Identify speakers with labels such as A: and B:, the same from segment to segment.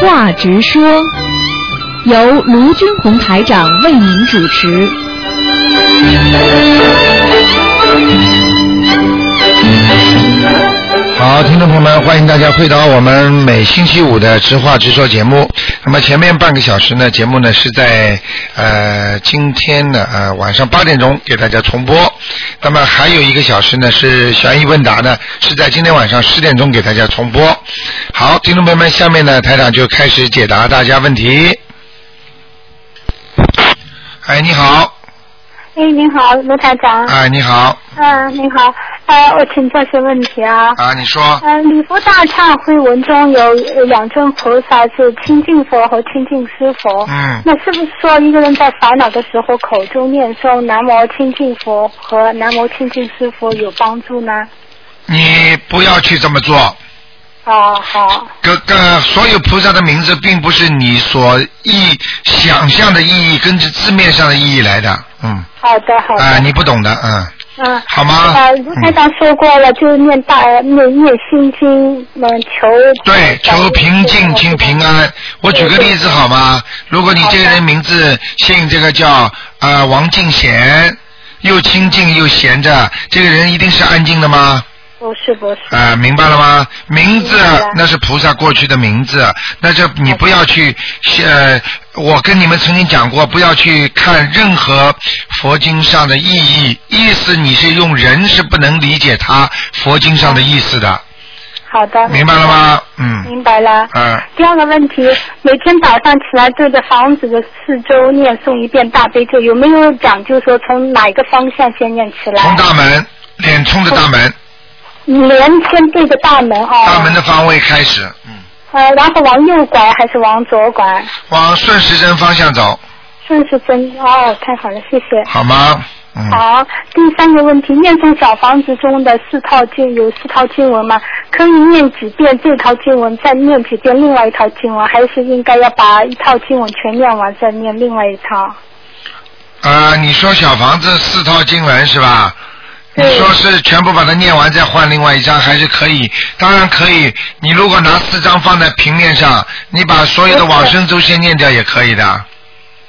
A: 话直说，由卢军红台长为您主持。
B: 好，听众朋友们，欢迎大家回到我们每星期五的《直话直说》节目。那么前面半个小时呢，节目呢是在呃今天呢呃晚上八点钟给大家重播。那么还有一个小时呢是悬疑问答呢，是在今天晚上十点钟给大家重播。好，听众朋友们，下面呢台长就开始解答大家问题。哎，你好，
C: 哎，您好，卢台长。
B: 哎，你好，
C: 嗯，您好，呃，我请教些问题啊。
B: 啊，你说，
C: 嗯、礼佛大忏悔文中有呃两尊菩萨是清净佛和清净师佛。
B: 嗯
C: 那是不是说一个人在烦恼的时候，口中念诵南无清净佛和南无清净师佛有帮助呢？
B: 你不要去这么做。
C: 哦，好，
B: 各个所有菩萨的名字，并不是你所意想象的意义，根据字面上的意义来的。嗯，
C: 好的，好
B: 啊、
C: 的。
B: 你不懂的，嗯，
C: 嗯。
B: 好吗？
C: 哦呃，卢台
B: 嗯、
C: 长说过了，就是念大呃念念心经，嗯，求
B: 对，求平静、经平安。我举个例子好吗？如果你这个人名字姓这个叫呃王敬贤，又清静又闲着，这个人一定是安静的吗？
C: 不哦是不是，
B: 啊、明白了吗？名字
C: 明白了
B: 那是菩萨过去的名字，那这你不要去，呃，我跟你们曾经讲过，不要去看任何佛经上的意义，意思你是用人是不能理解它佛经上的意思的，
C: 好的，
B: 明白了？吗？嗯，
C: 明白了。
B: 啊、
C: 第二个问题，每天早上起来对着房子的四周念诵一遍大悲咒，有没有讲究说从哪一个方向先念起来
B: 从？大门，脸冲着大门，
C: 连先对着大门哦。
B: 大门的方位开始，嗯，
C: 呃，然后往右拐还是往左拐？
B: 往顺时针方向走，
C: 顺时针哦，太好了，谢谢。
B: 好吗？嗯，
C: 好，第三个问题，念诵小房子中的四套经有四套经文嘛？可以念几遍这套经文，再念几遍另外一套经文，还是应该要把一套经文全念完再念另外一套？
B: 呃，你说小房子四套经文是吧？你
C: 对
B: 说是全部把它念完再换另外一张，还是可以？当然可以。你如果拿四张放在平面上，你把所有的往生咒先念掉也可以的。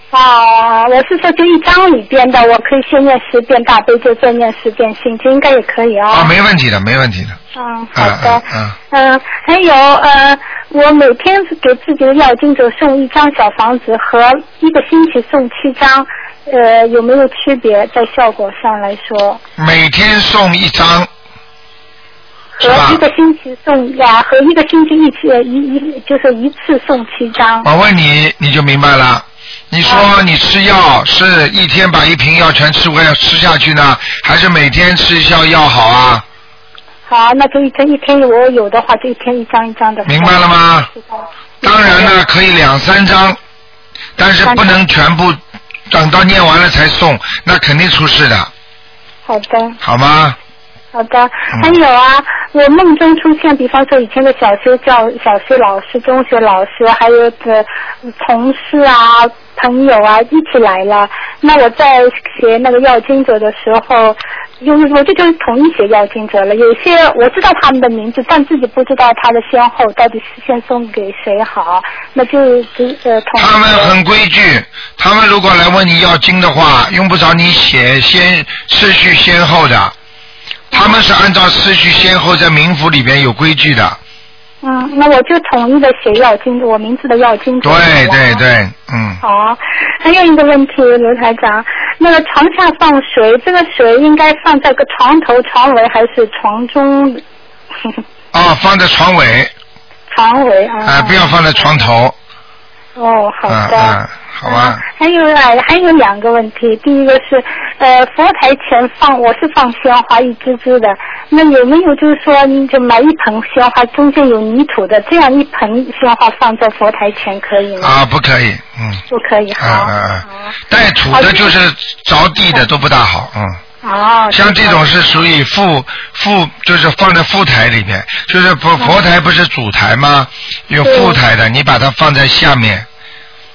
C: 啊，我是说就一章里边的，我可以先念十遍大悲咒，再念十遍心经，应该也可以哦。
B: 啊，没问题的，没问题的。
C: 嗯，好
B: 啊
C: 的
B: 啊。啊！
C: 嗯，还有呃，我每天给自己的药经者送一张小房子和一个星期送七张，呃，有没有区别在效果上来说？
B: 每天送一张，是吧
C: 和一个星期送呀，和一个星期一次一一就是一次送七张。
B: 我问你，你就明白了。你说
C: 啊
B: 你吃药是一天把一瓶药全吃过吃下去呢，还是每天吃效药好啊？
C: 好，那就一天一天我有的话就一天一张一张的。
B: 明白了吗？
C: 知道了？
B: 当然呢，可以两三张，但是不能全部等到念完了才送，那肯定出事的，
C: 好的。
B: 好吗？
C: 好的，
B: 嗯
C: 还有啊，我梦中出现，比方说以前的小学教、小学老师、中学老师，还有的同事啊、朋友啊，一起来了。那我在写那个要经者的时候，因为我这就是统一写要经者了。有些我知道他们的名字，但自己不知道他的先后，到底是先送给谁好，那就只呃统一
B: 他们很规矩，他们如果来问你要经的话，用不着你写先次序先后的，他们是按照次序先后在冥府里边有规矩的，
C: 嗯，那我就统一的写要经，我名字的要经者。
B: 对对。对，嗯，
C: 好，还有一个问题，刘台长，那个床下放水，这个水应该放在个床头、床尾还是床中？
B: 哦，放在床尾，
C: 床尾啊。
B: 啊、不要放在床头，
C: 哦，好
B: 嗯
C: 的。
B: 嗯，好吧
C: 嗯，还有啊，还有两个问题，第一个是，呃，佛台前放我是放鲜花一支支的，那有没有就是说就买一盆鲜花，中间有泥土的，这样一盆鲜花放在佛台前可以吗？
B: 啊，不可以，嗯，
C: 不可以，好。
B: 啊啊啊带土的就是着地的都不大好，嗯。
C: 好哦，
B: 像这种是属于副副，就是放在副台里面，就是佛佛台不是主台吗？有
C: 哦对
B: 副台的，你把它放在下面，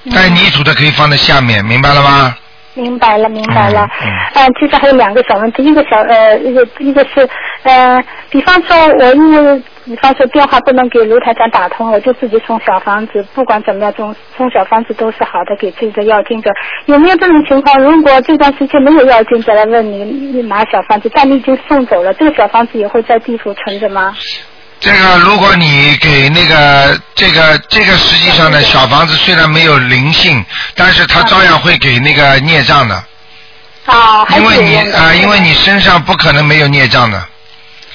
C: 嗯
B: 带泥土的可以放在下面，明白了吗？
C: 明白了，明白了。
B: 嗯
C: 嗯，其呃实还有两个小问题，一个小呃，一个一个是呃，比方说我因为你方说电话不能给卢台长打通，我就自己送小房子，不管怎么样，送送小房子都是好的，给自己的要经者。有没有这种情况？如果这段时间没有要经者来问你，你拿小房子，但你已经送走了，这个小房子也会在地府存着吗？
B: 这个如果你给那个这个这个实际上呢，小房子虽然没有灵性，但是它照样会给那个孽障的，
C: 啊，还
B: 因为
C: 有
B: 你啊、因为你身上不可能没有孽障的，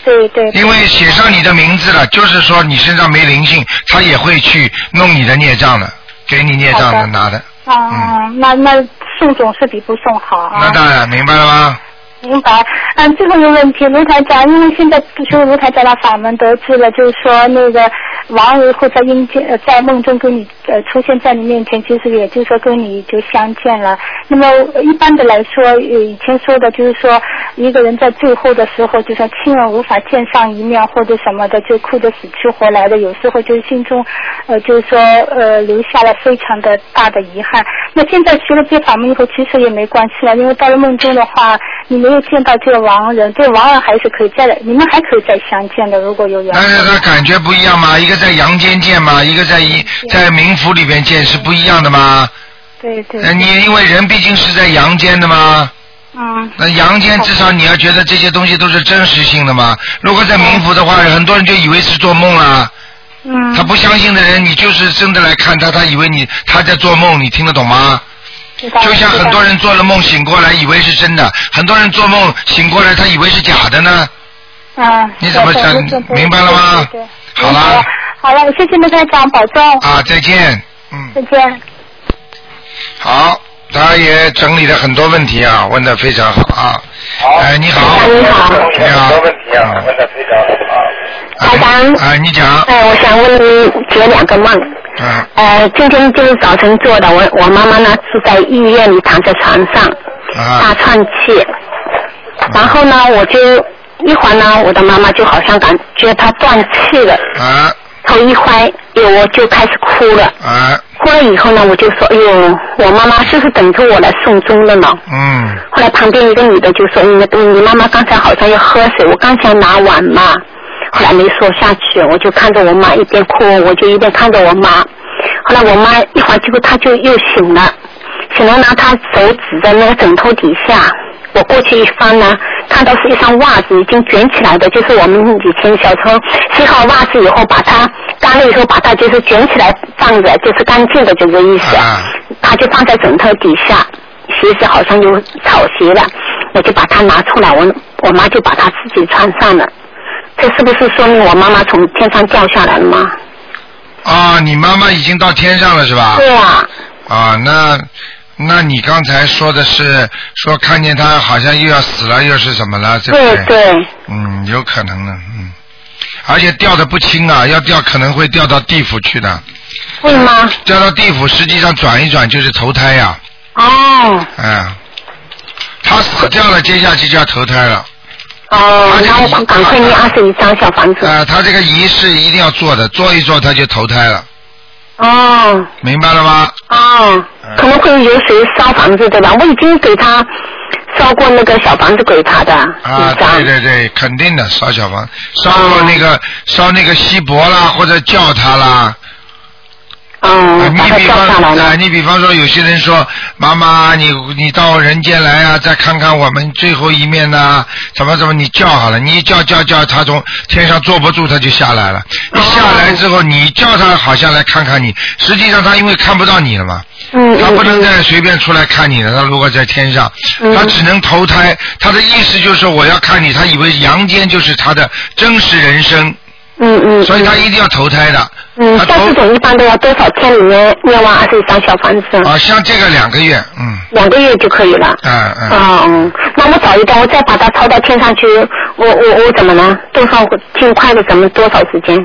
C: 对对
B: 因为写上你的名字了，就是说你身上没灵性，它也会去弄你的孽障的，给你孽障
C: 好
B: 的
C: 的
B: 拿的，
C: 啊，那那送总是比不送好啊。
B: 那当然明白了吗？
C: 明白。嗯，最后一个问题，卢台长，因为现在不修卢台长的法门得知了，就是说那个亡人会在阴间、呃、在梦中跟你呃出现在你面前，其实也就是说跟你就相见了。那么呃一般的来说，呃以前说的就是说一个人在最后的时候，就算亲人无法见上一面或者什么的，就哭得死去活来的，有时候就是心中呃就是说呃留下了非常的大的遗憾。那现在学了这法门以后，其实也没关系了，因为到了梦中的话，你没有见到这个亡人，这个亡人还是可以再，你们还可以再相见的，如果有缘
B: 但。是它感觉不一样嘛，一个在阳间见嘛，一个在一在冥府里边见是不一样的嘛。
C: 对对，
B: 呃，你因为人毕竟是在阳间的嘛，
C: 嗯，
B: 那阳间至少你要觉得这些东西都是真实性的嘛。如果在冥府的话，很多人就以为是做梦啦。
C: 嗯，
B: 他不相信的人，你就是真的来看他，他以为你他在做梦，你听得懂吗？
C: 知道了
B: 就像很多，
C: 知道了
B: 人做了梦醒过来以为是真的，很多人做梦醒过来他以为是假的呢。
C: 嗯，
B: 你怎么
C: 对
B: 想
C: 对对对
B: 明白了吗
C: 对对对
B: 好
C: 明白
B: 啦
D: 嗯
C: 了，好了，谢谢卢台长，保重，
B: 啊，再见，嗯。
C: 再见。
B: 好，他也整理了很多问题啊，问的非常好啊。
E: 好
B: 哎，你好。嗯
D: 你好
B: 你好。
E: 问题啊，问的非常好。
B: 哎
D: 台长
B: 哎，你讲。
D: 哎，我想问你解两个梦。
B: 嗯
D: 呃，今天就是早晨做的，我我妈妈呢是在医院里躺在床上，大
B: 啊。
D: 喘气，然后呢我就一会儿呢，我的妈妈就好像感觉她断气了，
B: 啊
D: 头一歪，有我就开始哭了，
B: 啊
D: 哭了以后呢，我就说，哎呦，我妈妈是不是等着我来送终了呢？
B: 嗯
D: 后来旁边一个女的就说：“你你妈妈刚才好像要喝水，我刚想拿碗嘛。”后来没说下去，我就看着我妈一边哭，我就一边看着我妈。后来我妈一会儿结果她就又醒了，醒了呢，她手指在那个枕头底下，我过去一翻呢，看到是一双袜子已经卷起来的，就是我们以前小时候洗好袜子以后，把它干了以后，把它就是卷起来放着，就是干净的，就这意思。
B: 啊
D: 他就放在枕头底下，鞋子好像有草鞋了，我就把它拿出来，我我妈就把它自己穿上了。这是不是说明我妈妈从天上掉下来了吗？
B: 啊！你妈妈已经到天上了是吧？
D: 对啊，
B: 啊，那那你刚才说的是说看见她好像又要死了，又是什么了，对不
D: 对对，
B: 嗯，有可能的，嗯。而且掉的不轻啊，要掉可能会掉到地府去的，
D: 会吗？
B: 掉到地府实际上转一转就是投胎呀、
D: 哦
B: 嗯，他死掉了，接下去就要投胎了。
D: 哦
B: 而，且
D: 那我赶快念二十一张小房子。
B: 呃，他这个仪式一定要做的，做一做他就投胎了，
D: 哦
B: 明白了吗？
D: 哦
B: 嗯，
D: 可能会有谁烧房子对吧？我已经给他烧过那个小房子给他的
B: 啊，
D: 一
B: 对
D: 张。
B: 对对，肯定的，烧小房，烧过那个、烧那个锡箔啦，或者叫他啦。啊
D: 嗯，
B: 你
D: 把它
B: 比
D: 掉下来
B: 方啊，
D: 了。
B: 你比方说，有些人说，妈妈，你你到人间来啊，再看看我们最后一面呐、怎么怎么，你叫好了，你一叫叫叫，他从天上坐不住，他就下来了。一
D: 哦
B: 下来之后，你叫他好像来看看你，实际上他因为看不到你了嘛，
D: 嗯
B: 他不能
D: 嗯
B: 再随便出来看你了。他如果在天上，
D: 嗯
B: 他只能投胎。他的意思就是说，我要看你，他以为阳间就是他的真实人生，
D: 嗯嗯。
B: 所以他
D: 嗯
B: 一定要投胎的。
D: 嗯，
B: 他
D: 像
B: 投
D: 这种一般都要多少天里面念完二十一张小房子？
B: 啊，像这个两个月，嗯。
D: 两个月就可以了。
B: 嗯嗯
D: 啊嗯，那我早一点，我再把它抄到天上去，我我我怎么呢？多少尽快的，怎么多少时间？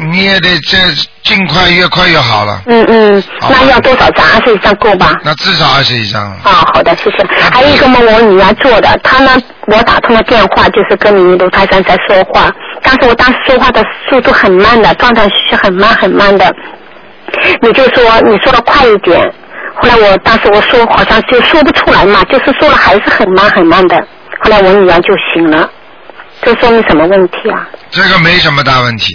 B: 你也得这尽快越快越好了，
D: 嗯嗯，
B: 好
D: 那要多少张？二十一张够吧？
B: 那至少二十以上了。
D: 啊，好的，谢谢。还有一个梦，我女儿做的，她呢，我打通了电话，就是跟你卢泰山在说话，但是我当时说话的速度很慢的，状态是很慢很慢的。你就说你说的快一点，后来我当时我说好像就说不出来嘛，就是说了还是很慢很慢的。后来我女儿就醒了，
F: 这说明什么问题啊？
B: 这个没什么大问题。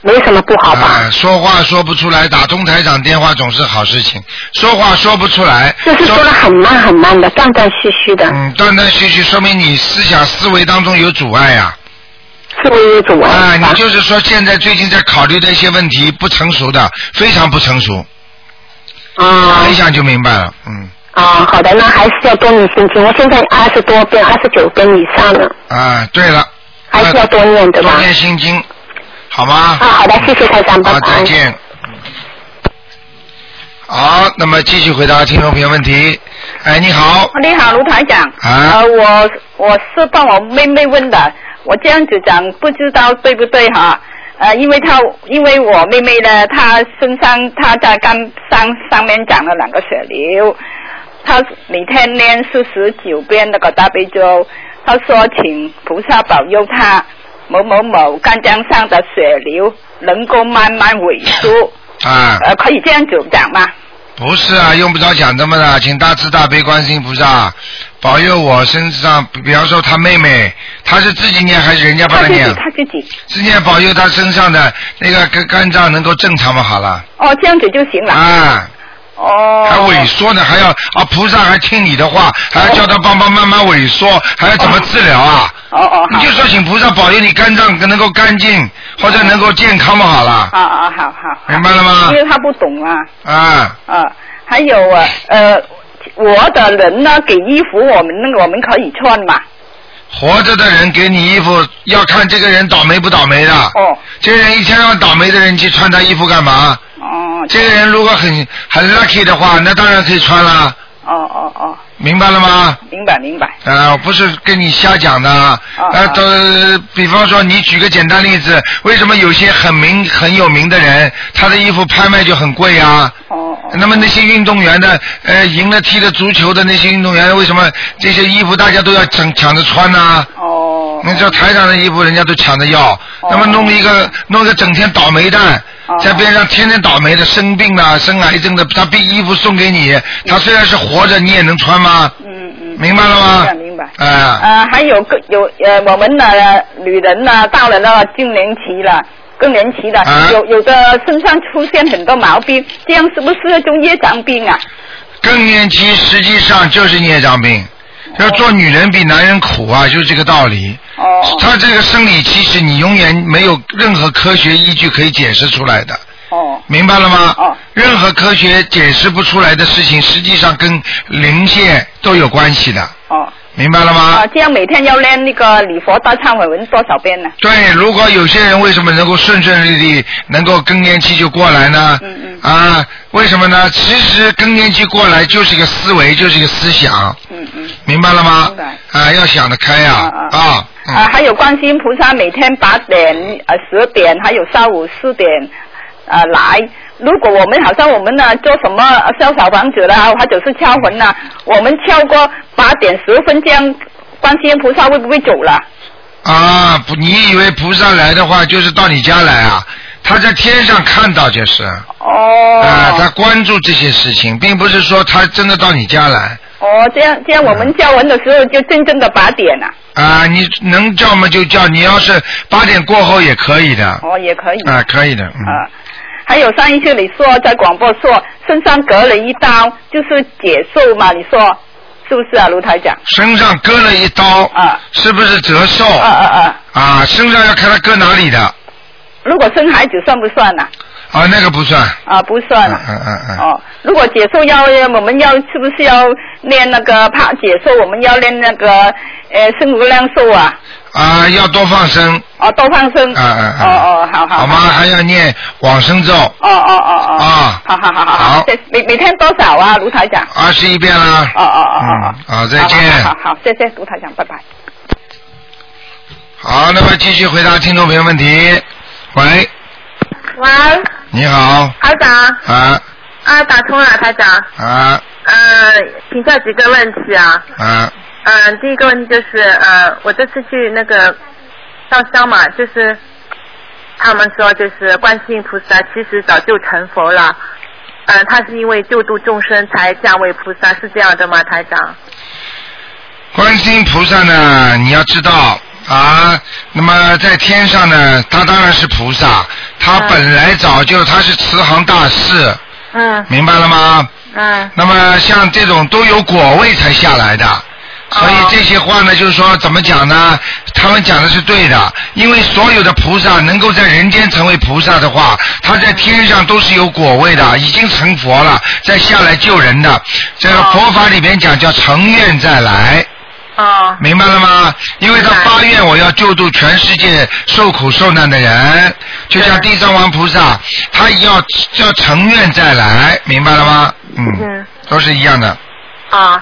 F: 没什么不好吧？
B: 啊，说话说不出来，打通台长电话总是好事情。说话说不出来，
F: 就是说的很慢很慢的，断断续续的，
B: 嗯，断断续续，说明你思想思维当中有阻碍呀、
F: 是不是有阻
B: 啊。
F: 碍？
B: 你就是说现在最近在考虑的一些问题不成熟的，非常不成熟，
F: 啊
B: 一下就明白了，嗯。
F: 啊，好的，那还是要多念心经。我现在二十多遍，二十九遍以上了，
B: 啊，对了，
F: 还是要多念的吧
B: 多？念心经，好吗？
F: 啊，好的，谢谢台长，拜
B: 好，
F: 拜
B: 再。见。好，那么继续回答听众朋友问题。哎，你好，
D: 你好，卢台长。
B: 啊
D: 呃，我我是帮我妹妹问的，我这样子讲不知道对不对哈？呃，因为她因为我妹妹呢，她身上她在肝上上面长了两个血瘤，她每天念四十九遍那个大悲咒，她说请菩萨保佑她某某某肝脏上的血瘤能够慢慢萎缩，
B: 啊，
D: 呃，可以这样子讲吗？
B: 不是啊，用不着讲这么的，请大慈大悲观世音菩萨保佑我身上，比方说他妹妹，他是自己念还是人家帮
D: 她自
B: 念
D: 己？她自己
B: 自己念保佑他身上的那个肝肝脏能够正常嘛，好了，
D: 哦，这样子就行了。
B: 啊，
D: 哦，
B: 还萎缩呢，还要啊，菩萨还听你的话，还要叫他帮忙慢慢萎缩，还要怎么治疗啊？
D: 哦哦，
B: 你
D: 好
B: 就，说请菩萨保佑你肝脏能够干净，或者能够健康嘛，好了，
D: 啊啊，好好，
B: 明白了吗
D: 因？为他不懂啊，
B: 啊，
D: 啊，还有啊，呃，我的人呢，给衣服我们那个我们可以穿嘛，
B: 活着的人给你衣服，要看这个人倒霉不倒霉的。
D: 哦
B: 这个人一天到晚倒霉的人，你去穿他衣服干嘛？
D: 哦，
B: 这个人如果很很 lucky 的话，那当然可以穿啦，
D: 哦哦哦，
B: 明白了吗？
D: 明白明白，
B: 啊，我不是跟你瞎讲的啊。
D: 哦
B: 呃
D: 哦，
B: 都比方说，你举个简单例子，为什么有些很名很有名的人，他的衣服拍卖就很贵啊？
D: 哦哦，
B: 那么那些运动员呢？呃，赢了踢了足球的那些运动员，为什么这些衣服大家都要抢抢着穿呢、
D: 哦，
B: 你知道台长的衣服人家都抢着要，
D: 哦
B: 那么弄一个弄一个整天倒霉蛋，
D: 哦
B: 在边上天天倒霉的，生病了、生癌症的，他被衣服送给你，他虽然是活着，你也能穿吗？
D: 嗯嗯，
B: 明白了吗
D: 明白明白？。
B: 哎，
D: 呃，还有个有呃，我们呢女人呢，到了那个更年期了。更年期了，
B: 啊
D: 有有的身上出现很多毛病，这样是不是就业障病啊？
B: 更年期实际上就是孽障病，要做女人比男人苦啊，就是这个道理。
D: 哦，
B: 他这个生理期是你永远没有任何科学依据可以解释出来的，
D: 哦，
B: 明白了吗？
D: 哦
B: 任何科学解释不出来的事情，实际上跟灵界都有关系的，
D: 哦，
B: 明白了吗？
D: 啊，这样每天要练那个礼佛大忏悔文多少遍呢？
B: 对，如果有些人为什么能够顺顺利利，能够更年期就过来呢？
D: 嗯
B: 啊，为什么呢？其实更年期过来就是一个思维，就是一个思想，
D: 嗯嗯。
B: 明白了吗
D: 明白？
B: 啊，要想得开呀、
D: 啊
B: 啊，嗯
D: 啊，还有观世音菩萨每天八点、呃十点，还有下午四点，呃来。如果我们好像我们呢做什么呃烧小房子啦，或者是敲魂啦，我们敲过八点十分这样，观世音菩萨会不会走了？
B: 啊，不，你以为菩萨来的话就是到你家来啊？他在天上看到就是，
D: 哦，
B: 啊，他关注这些事情，并不是说他真的到你家来
D: 哦，这样这样我们敲魂的时候就真正的八点啊，
B: 啊。你能叫吗？就叫，你要是八点过后也可以的，
D: 哦也可以
B: 啊，可以的，嗯，
D: 啊，还有上一次你说在广播说身上割了一刀，就是解寿嘛，你说是不是啊，卢台长？
B: 身上割了一刀，
D: 啊
B: 是不是折寿？
D: 啊啊啊！
B: 啊，身上要看他割哪里的，
D: 如果生孩子算不算呢、
B: 啊，那个不算，
D: 啊？不算、啊。
B: 嗯嗯嗯嗯
D: 哦，如果解寿要我们要是不是要练那个怕解寿？我们要练那个呃生无量寿啊，
B: 啊，要多放生，
D: 哦多放生。
B: 啊啊啊，
D: 哦哦，好好。
B: 好吗？还要念往生咒，
D: 哦哦哦哦。
B: 啊
D: 好好好好
B: 好
D: 这每每天多少啊，卢台长？
B: 二十一遍啦。
D: 哦哦哦哦。
B: 嗯，好，再见。
D: 好好好好，谢谢卢台长，拜拜。
B: 好，那么继续回答听众朋友问题。喂，
G: 喂，
B: 你好，
G: 台长
B: 啊
G: 啊，打通了，台长。
B: 啊
G: 呃，请教几个问题啊。
B: 啊
G: 嗯、第一个问题就是，呃，我这次去那个烧香嘛，就是他们说就是观世音菩萨其实早就成佛了，嗯、他是因为救度众生才降为菩萨，是这样的吗，台长？
B: 观世音菩萨呢？你要知道，啊，那么在天上呢，他当然是菩萨，他本来早就他是慈航大士，
G: 嗯
B: 明白了吗？
G: 嗯
B: 那么像这种都有果位才下来的，所以
G: 哦
B: 这些话呢，就是说怎么讲呢？他们讲的是对的，因为所有的菩萨能够在人间成为菩萨的话，他在天上都是有果位的，已经成佛了，再下来救人的。这个
G: 哦
B: 佛法里面讲叫成愿再来。
G: 哦
B: 明白了吗？因为他发愿我要救度全世界受苦受难的人，就像地藏王菩萨，他要要成愿再来，明白了吗？嗯，
G: 嗯
B: 都是一样的。
G: 哦，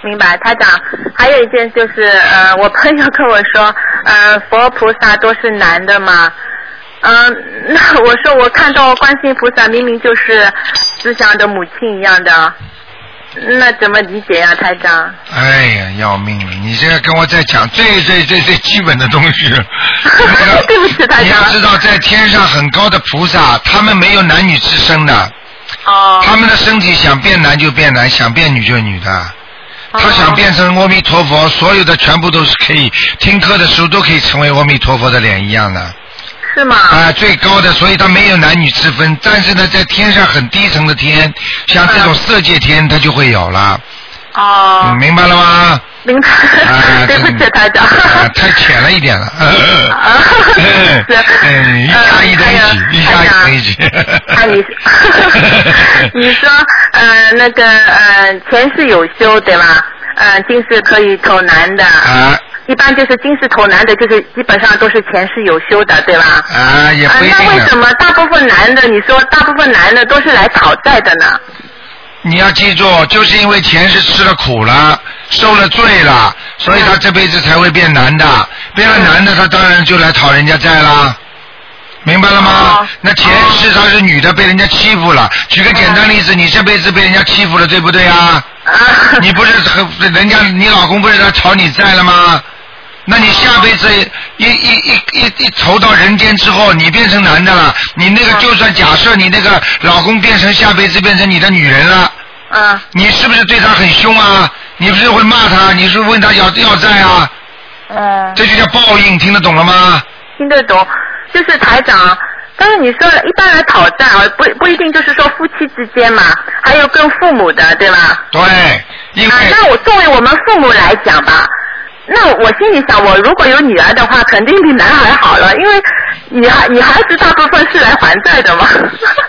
G: 明白，台长。还有一件就是，呃，我朋友跟我说，呃，佛菩萨都是男的嘛。嗯， 那我说我看到观世音菩萨明明就是慈祥的母亲一样的，那怎么理解呀、台长？
B: 哎呀，要命了！你这个跟我在讲最最最最基本的东西。那个
G: 对不起台长
B: 你要知道，在天上很高的菩萨，他们没有男女之分的，
G: 哦，
B: 他们的身体想变男就变男，想变女就女的。
G: 哦
B: 他想变成阿弥陀佛，所有的全部都是可以听课的时候都可以成为阿弥陀佛的脸一样的
G: 是吗？
B: 啊、最高的，所以他没有男女之分。但是呢，在天上很低层的天，像这种
G: 嗯
B: 色界天，它就会有了，
G: 哦
B: 你，明白了 吗？
G: 明白。
B: 嗯啊
G: 对不
B: 真的
G: 起，台长。
B: 啊太浅了一 点了。
G: 是
B: 嗯，一加一等于
G: 呃
B: 几？一加一等于几？
G: 啊， 你你说呃那个呃前世有修对吧？呃，今世可以投男的，
B: 啊
G: 一般就是今世投男的，就是基本上都是前世有修的对吧？
B: 啊，也
G: 呃
B: 不一
G: 那
B: 定
G: 为什
B: 的。
G: 么大部分男的，你说大部分男的都是来讨债的呢？
B: 你要记住，就是因为前世吃了苦了，受了罪了，所以他这辈子才会变男的。变了男的，他当然就来讨人家债啦。明白了吗
G: 哦？
B: 那前世他是女的，被人家欺负了。举个简单例子，你这辈子被人家欺负了，对不对啊？
G: 啊，
B: 你不是和人家你老公不是来讨你债了吗？那你下辈子一一一一一投到人间之后，你变成男的了，你那个就算假设你那个老公变成下辈子变成你的女人了，
G: 嗯
B: 你是不是对他很凶啊？你不是会骂他？你是不是问他要要债啊？
G: 嗯。
B: 这就叫报应，听得懂了吗？
G: 听得懂，就是台长。但是你说一般来讨债啊，不不一定就是说夫妻之间嘛，还有跟父母的，对吧？
B: 对，因为
G: 啊，那我作为我们父母来讲吧，那我心里想，我如果有女儿的话，肯定比男孩好了，因为女孩女孩子大部分是来还债的嘛。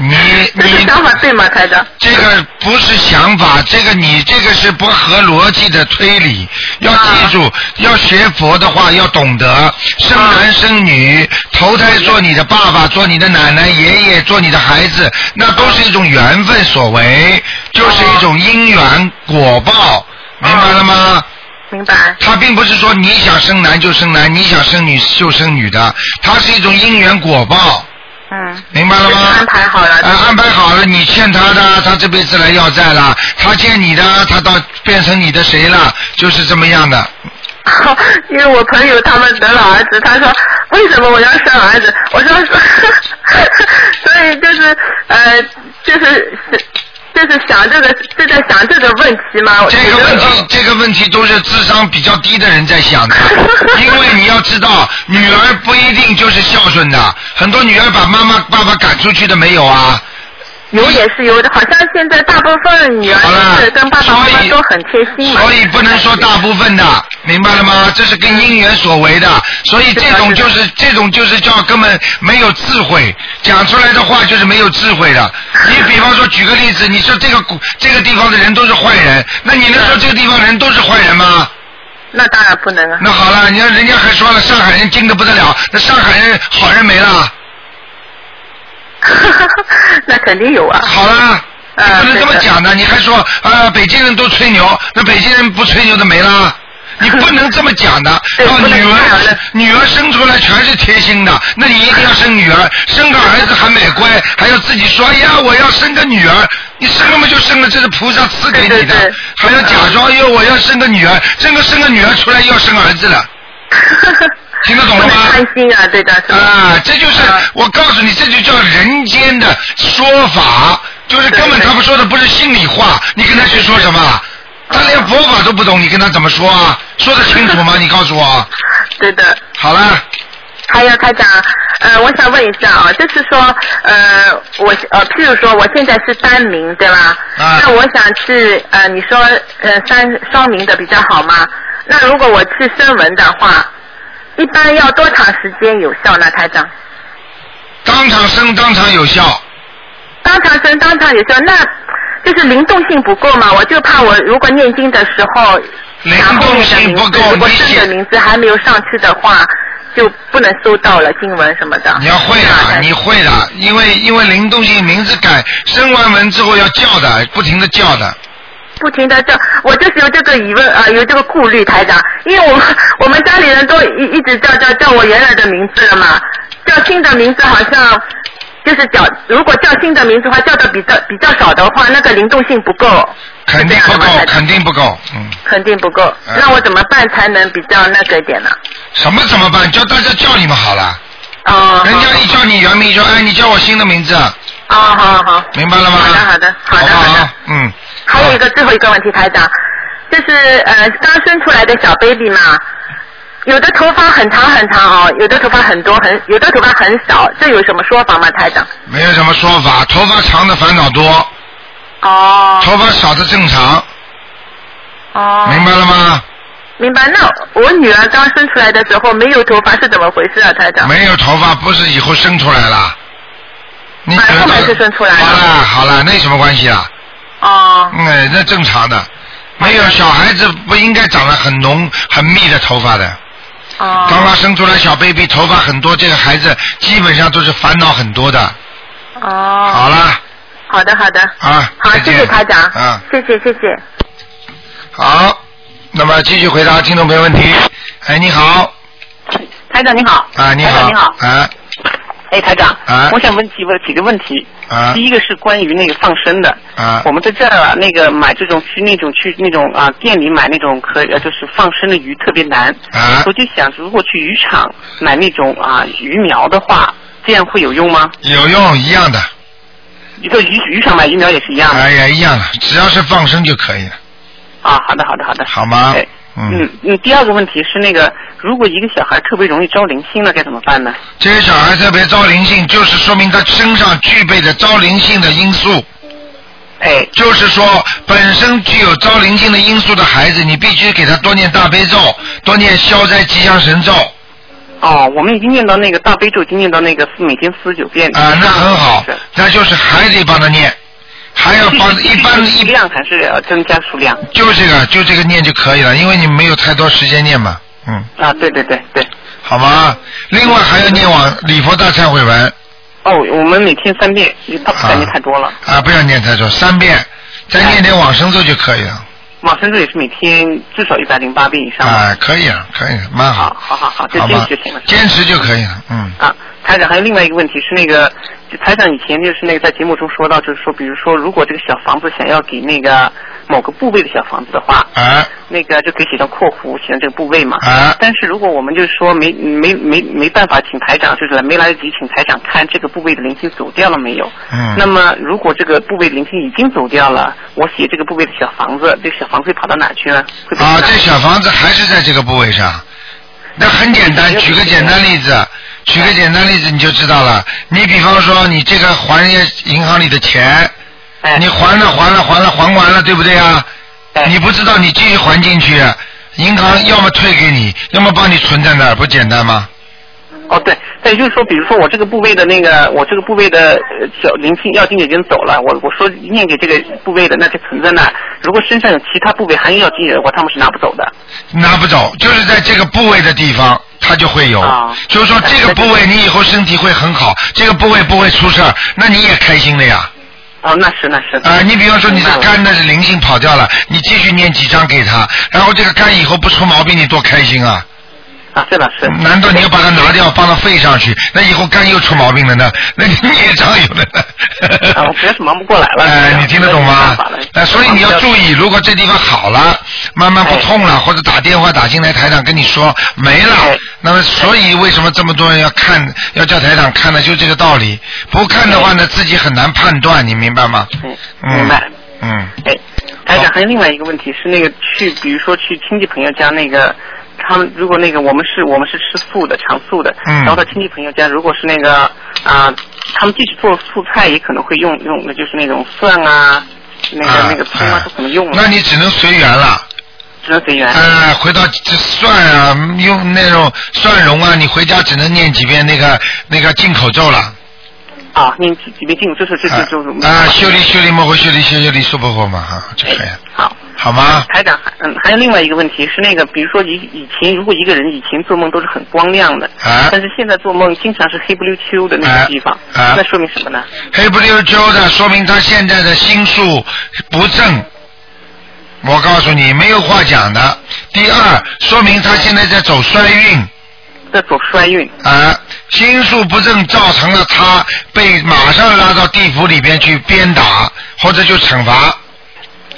B: 你
G: 这个
B: 你
G: 想法对吗，台长？
B: 这个不是想法，这个你这个是不合逻辑的推理。要记住，要学佛的话要懂得生男生女，投胎做你的爸爸，做你的奶奶、爷爷，做你的孩子，那都是一种缘分所为，就是一种因缘果报，明白了吗？
G: 明白。
B: 他并不是说你想生男就生男，你想生女就生女的，它是一种因缘果报。
G: 嗯。
B: 明白了吗？
G: 安排好了
B: 呃安排好了，你欠他的，他这辈子来要债了；他欠你的，他到变成你的谁了？就是这么样的。
G: 因为我朋友他们得了儿子，他说为什么我要生儿子？我说， 所以就是呃，就是是就是想这个就在想这个问题嘛。我
B: 这
G: 觉
B: 个
G: 得哦
B: 问题，这个问题都是智商比较低的人在 想的，因为你要知道，女儿不一定就是孝顺的，很多女儿把妈妈、爸爸赶出去的没有啊。
G: 有也是有的，好像现在大部分女儿
B: 好了，
G: 都是跟爸爸妈
B: 所以
G: 妈都很贴心嘛。
B: 所以不能说大部分的，明白了吗？这是跟因缘所为的，所以这种就是这种就是叫根本没有智慧，讲出来的话就是没有智慧的。你比方说举个例子，你说这个古这个地方的人都是坏人，那你能说这个地方人都是坏人吗？
G: 那当然不 能啊。
B: 那好了，你看人家还说了，上海人精的不得了，那上海人好人没了。
G: 那肯定有啊。
B: 好啦，你
G: 嗯
B: 不能这么讲的，你还说啊、北京人都吹牛，那北京人不吹牛的没 啦。你不能这么讲的，
G: 对
B: 哦，
G: 不能
B: 女
G: 这样
B: 儿
G: 的
B: 女儿生出来全是贴心的，那你一定要生女儿，生个儿子还买乖，还要自己说哎呀我要生个女儿，你生了嘛就生了，这是菩萨赐给你
G: 对对
B: 的
G: 对，
B: 还要假装哟我要生个女儿，生个生个女儿出来又要生儿子了，听得懂了吗？
G: 不能贪心啊，对的。是吧
B: 啊，这就是
G: 啊
B: 我告诉你，这就叫人间的说法，就是根本
G: 对对
B: 他们说的不是心里话，你跟他去说什么？他连佛法都不懂，你跟他怎么说啊？说得清楚吗？你告诉我。
H: 对的。
B: 好了，
H: 还有台长，呃，我想问一下啊，就是说，呃，我呃，譬如说，我现在是单名对吧？
B: 啊
H: 那我想去呃，你说呃三双名的比较好吗？那如果我去声纹的话，一般要多长时间有效呢？台长，
B: 当场生当场有效，
H: 当场声当场有效，那就是灵动性不够嘛？我就怕我如果念经的时候，
B: 灵
H: 拿后
B: 动
H: 面的
B: 性
H: 名
B: 不
H: 字，
B: 够
H: 如，果
B: 你
H: 正
B: 写
H: 的名字还没有上去的话，就不能收到了经文什么的。
B: 你要会
H: 那
B: 的，
H: 台
B: 你会的，因为因为灵动性名字改，生完文之后要叫的，不停的叫的。
H: 不停的叫，我就是有这个疑问啊、呃有这个顾虑，台长，因为我们 我们家里人都一一直叫叫叫我原来的名字了嘛，叫新的名字好像就是叫如果叫新的名字的话，叫的比较比较少的话，那个灵动性不够，
B: 肯定不
H: 是这样的
B: 够
H: 吗台，长
B: 肯定不够，嗯，
H: 肯定不够，
B: 嗯
H: 那我怎么办才能比较那个一点呢？
B: 什么怎么办？叫大家叫你们好了，
H: 哦，
B: 人家一叫你原名，说哎，你叫我新的名字，
H: 哦，好好。
B: 明白了吗？
H: 好的好的好的
B: 好不
H: 好
B: 好
H: 的？
B: 嗯，
H: 还有一个最后一个问题，台长，就是呃刚生出来的小 baby 嘛，有的头发很长很长哦，有的头发很多很，有的头发很少，这有什么说法吗，台长？
B: 没有什么说法，头发长的烦恼多，
H: 哦
B: 头发少的正常，
H: 哦，
B: 明白了吗？
H: 明白。那我女儿刚生出来的时候没有头发是怎么回事啊，台长？
B: 没有头发不是以后生出来了，你
H: 啊
B: 觉得
H: 后来是生出来了
B: 好了好了，那有什么关系啊？
H: 哦
B: 嗯，那正常的，没有小孩子不应该长得很浓很密的头发的。
H: 哦
B: 刚刚生出来小 baby 头发很多，这个孩子基本上都是烦恼很多的。
H: 哦，
B: 好了
H: 好的好的，
B: 啊，
H: 好，
B: 再
H: 谢
B: 见
H: 谢台长，
B: 啊，
H: 谢谢谢谢。
B: 好，那么继续回答听众朋友问题。哎，你好
G: 台长你好。
B: 啊，你
G: 台
B: 好，
G: 长你好。
B: 啊
G: 哎，台长，
B: 啊
G: 我想问几问几个问题。
B: 啊
G: 第一个是关于那个放生的。
B: 啊
G: 我们在这儿啊，那个买这种去那种去那种啊店里买那种可以呃就是放生的鱼特别难。
B: 啊
G: 我，就想，如果去渔场买那种啊鱼苗的话，这样会有用吗？
B: 有用一样的，
G: 啊一个渔渔场买鱼苗也是一样的。
B: 哎呀一样的，只要是放生就可以了，
G: 啊，好的，好的，好的。
B: 好吗
G: 哎？
B: 嗯，
G: 嗯，第二个问题是那个，如果一个小孩特别容易招灵性了，该怎么办呢？
B: 这些小孩特别招灵性，就是说明他身上具备的招灵性的因素。
G: 哎，
B: 就是说，本身具有招灵性的因素的孩子，你必须给他多念大悲咒，多念消灾吉祥神咒啊、
G: 哦，我们已经念到那个大悲咒，已经念到那个每天四十九遍。
B: 啊那很好
G: 是，
B: 那就是还得帮他念，还要帮 一般一
G: 数量还是要增加数量
B: 就这个就这个念就可以了，因为你没有太多时间念嘛，嗯，
G: 啊？对对对对。
B: 好吗？另外还要念往礼佛大忏悔文
G: 哦，我们每天三遍，大
B: 啊
G: 感觉太多了。
B: 啊，不要念太多，三遍，再念点往生咒就可以了
G: 往生咒也是每天至少一百零八遍以上吧。
B: 啊，可以了，可以了，蛮好，
G: 好好好就
B: 啊好吗
G: 坚持就行了？
B: 坚持就可以了，嗯，
G: 啊，台长还有另外一个问题是那个，就台长以前就是那个在节目中说到，就是说，比如说如果这个小房子想要给那个某个部位的小房子的话，
B: 啊
G: 那个就可以写上括弧，写上这个部位嘛。
B: 啊。
G: 但是如果我们就是说没没没没办法请台长，就是没来得及请台长看这个部位的灵性走掉了没有。
B: 嗯
G: 那么如果这个部位灵性已经走掉了，我写这个部位的小房子，这个小房子会跑到哪儿去呢？会跑
B: 啊，
G: 到哪
B: 这
G: 儿
B: 小房子还是在这个部位上。那很简单，举个简单例子，举个简单例子你就知道了。你比方说，你这个还人家银行里的钱，
G: 哎
B: 你还了还了还了还完了，对不对啊？
G: 哎
B: 你不知道，你继续还进去，银行要么退给你，要么帮你存在那儿，不简单吗？
G: 哦，对，那也就是说，比如说我这个部位的那个，我这个部位的呃小灵性要经已经走了，我我说念给这个部位的，那就存在那儿。如果身上有其他部位还要经人，我他们是拿不走的。
B: 拿不走，就是在这个部位的地方，它就会有。
G: 啊
B: 就是说，这个部位你以后身体会很好，这个部位不会出事儿，那你也开心了呀。
G: 哦，那是那是。
B: 啊、你比方说你这
G: 明白了
B: 肝的灵性跑掉了，你继续念几张给他，然后这个肝以后不出毛病，你多开心啊！
G: 啊，是老师。
B: 难道你要把它拿掉，放到肺上去？那以后肝又出毛病了呢？ 那你孽障有了呢？
G: 啊，我实在是忙不过来了。
B: 哎，你听得懂吗
G: 没办法了？啊
B: 那所以你要注意，如果这地方好了，慢慢不
G: 哎
B: 痛了，或者打电话打进来，台长跟你说没了
G: 哎，
B: 那么所以为什么这么多人要看，要叫台长看呢？就这个道理。不
G: 哎
B: 看的话呢，自己很难判断，你明白吗？
G: 嗯
B: 嗯
G: 明白。
B: 嗯。
G: 哎，台长
B: 好，
G: 还有另外一个问题是那个去，比如说去亲戚朋友家那个，他们如果那个我们是我们是吃素的，常素的，
B: 嗯
G: 然后到亲戚朋友家，如果是那个啊、他们继续做素菜，也可能会用用，那就是那种蒜啊，那个、
B: 啊
G: 那个葱啊
B: 啊
G: 都可能用哎了，
B: 那你只能随缘了。
G: 只能随缘。
B: 呃，回到这蒜啊，用那种蒜蓉啊，你回家只能念几遍那个那个进口咒了。
G: 啊，念几几遍经，就是这
B: 啊
G: 这就是
B: 啊，修理修理摩诃修理修修理娑婆诃嘛哈，就可以了，
G: 好。
B: 好吗？
G: 台长，嗯，还有另外一个问题是那个，比如说以以前，如果一个人以前做梦都是很光亮的，
B: 啊
G: 但是现在做梦经常是黑不溜秋的那
B: 啊
G: 个地方，
B: 啊
G: 那说明什么呢？
B: 黑不溜秋的，说明他现在的心术不正。我告诉你，没有话讲的。第二，说明他现在在走衰运。
G: 在走衰运，
B: 啊，心术不正造成了他被马上拉到地府里边去鞭打，或者就惩罚。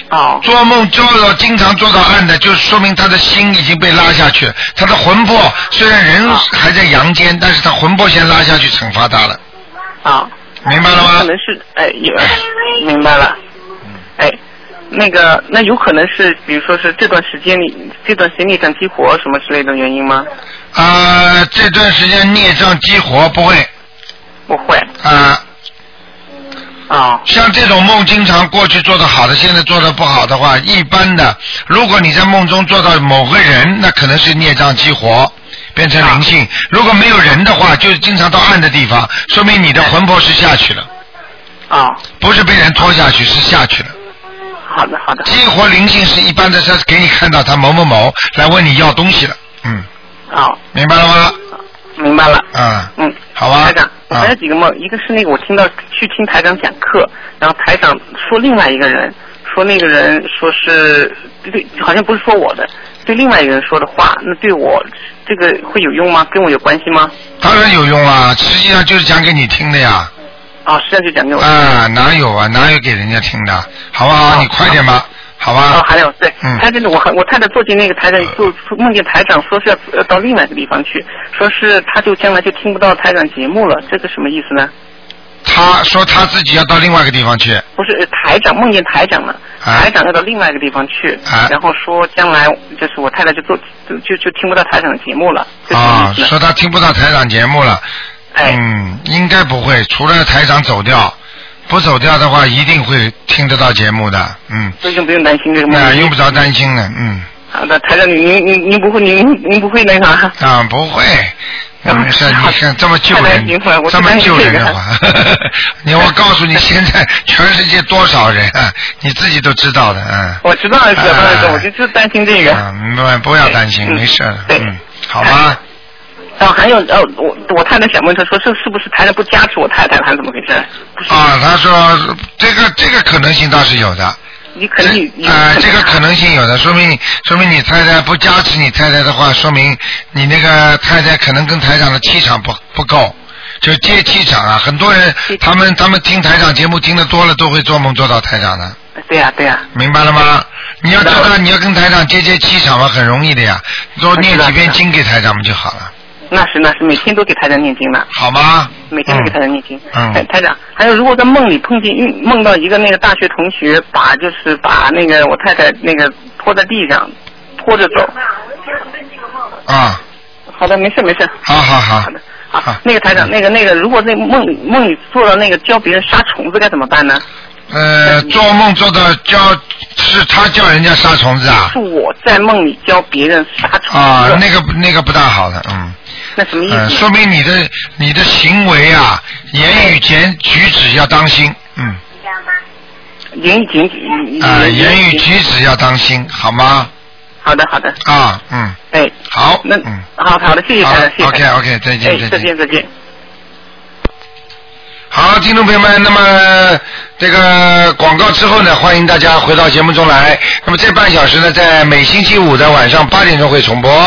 G: 哦，
B: 做梦做到经常做到暗的，就说明他的心已经被拉下去了。他的魂魄虽然人
G: 啊
B: 还在阳间，但是他魂魄先拉下去惩罚他了，
G: 啊，
B: 明白了
G: 可
B: 吗？嗯
G: 能是，哎，有，明白了，哎，那个，那有可能是，比如说是这段时间里，这段时间内战激活什么之类的原因吗？
B: 啊，这段时间孽障激活不会
G: 不会，
B: 啊。
G: 哦，
B: 像这种梦，经常过去做的好的，现在做的不好的话，一般的，如果你在梦中做到某个人，那可能是孽障激活，变成灵性；如果没有人的话，就经常到暗的地方，说明你的魂魄是下去了，
G: 哦，
B: 不是被人拖下去，是下去了。
G: 好的，好的，
B: 激活灵性是一般的，是给你看到他某某某来问你要东西了，嗯，
G: 哦，
B: 明白了吗？
G: 明白了。
B: 啊、
G: 嗯，
B: 好吧
G: 台长，我还有
B: 啊
G: 几个梦，一个是那个我听到去听台长讲课，然后台长说另外一个人，说那个人说是对，好像不是说我的，对另外一个人说的话，那对我这个会有用吗？跟我有关系吗？
B: 当然有用啊，实际上就是讲给你听的呀。
G: 啊，实际上就讲给我。
B: 啊，哪有啊，哪有给人家听的，好不好？
G: 好
B: 你快点吧，好
G: 啊
B: 吧，？
G: 还有对，
B: 嗯啊
G: 台长，我还我太太做进那个台长，就梦见台长说是要呃到另外一个地方去，说是他就将来就听不到台长节目了，这个什么意思呢？
B: 他说他自己要到另外一个地方去，
G: 不是呃台长梦见台长了，
B: 啊
G: 台长要到另外一个地方去，
B: 啊
G: 然后说将来就是我太太就做就就就听不到台长的节目了，这什么
B: 啊，
G: 意思呢？
B: 说他听不到台长节目了，
G: 哎，
B: 嗯，应该不会，除了台长走掉，不走掉的话一定会听得到节目的，嗯，
G: 所以就不用担心这个
B: 那
G: 梦。
B: 用不着担心的，嗯，
G: 好的，台长您您您您不会您您不会那啥？
B: 啊，不会。
G: 啊
B: 没 事，你看这么救
G: 太
B: 人
G: 担心了，我
B: 这
G: 就
B: 么
G: 担心
B: 救人
G: 这个
B: 的话， 你我告诉你，现在 全世界多少人啊，你自己都知道的，嗯。
G: 我知道是知道是，
B: 哎
G: 我就就担心这个。
B: 嗯，不不要担心，
G: 嗯
B: 没事的。
G: 对
B: 嗯，好吧，
G: 然后还有呃，我我太太想问他说这是不是台长不加持我太太还是怎么回事？不是，
B: 啊，他说这个这个可能性倒是有的，
G: 你可能你
B: 啊，这个可能性有的，说明说明你太太不加持你太太的话，说明你那个太太可能跟台长的气场不不够。就接气场啊，很多人
G: 气
B: 他们他们听台长节目听得多了，都会做梦做到台长的，
G: 哎对呀对呀。
B: 明白了吗？你要知
G: 明白
B: 道
G: 了
B: 你要跟台长接接气场嘛，很容易的呀，多
G: 我知
B: 念
G: 道
B: 几遍
G: 知道
B: 经给台长不就好了，
G: 那是那是，每天都给台长念经呢，
B: 好吗？
G: 每天都给
B: 嗯
G: 台长念经。
B: 嗯
G: 台台长，还有如果在梦里碰见遇梦到一个那个大学同学，把就是把那个我太太那个拖在地上，拖着走。
B: 啊，
G: 好的，没事没事。
B: 好好好
G: 好的。好
B: 好，
G: 那个台长，那个那个，如果在梦里梦里做到那个教别人杀虫子该怎么办呢？
B: 呃，做梦做到叫是他叫人家杀虫子啊
G: 是？我在梦里教别人杀虫子，
B: 啊，那个那个不大好的，嗯，
G: 那什么意思呢？
B: 呃，说明你的你的行为啊，言语间举止要当心，嗯，
G: 言语警语
B: 啊，言语
G: 警
B: 举止要当心，好吗？
G: 好的好的，
B: 啊，嗯，
G: 哎，
B: 好，
G: 那
B: 嗯，
G: 好好的，谢谢
B: 好
G: 台长，谢谢台长。
B: ，OK，OK，再见
G: 哎
B: 再见
G: 再见再见。
B: 好，听众朋友们，那么这个广告之后呢，欢迎大家回到节目中来。那么这半小时呢，在每星期五的晚上八点钟会重播。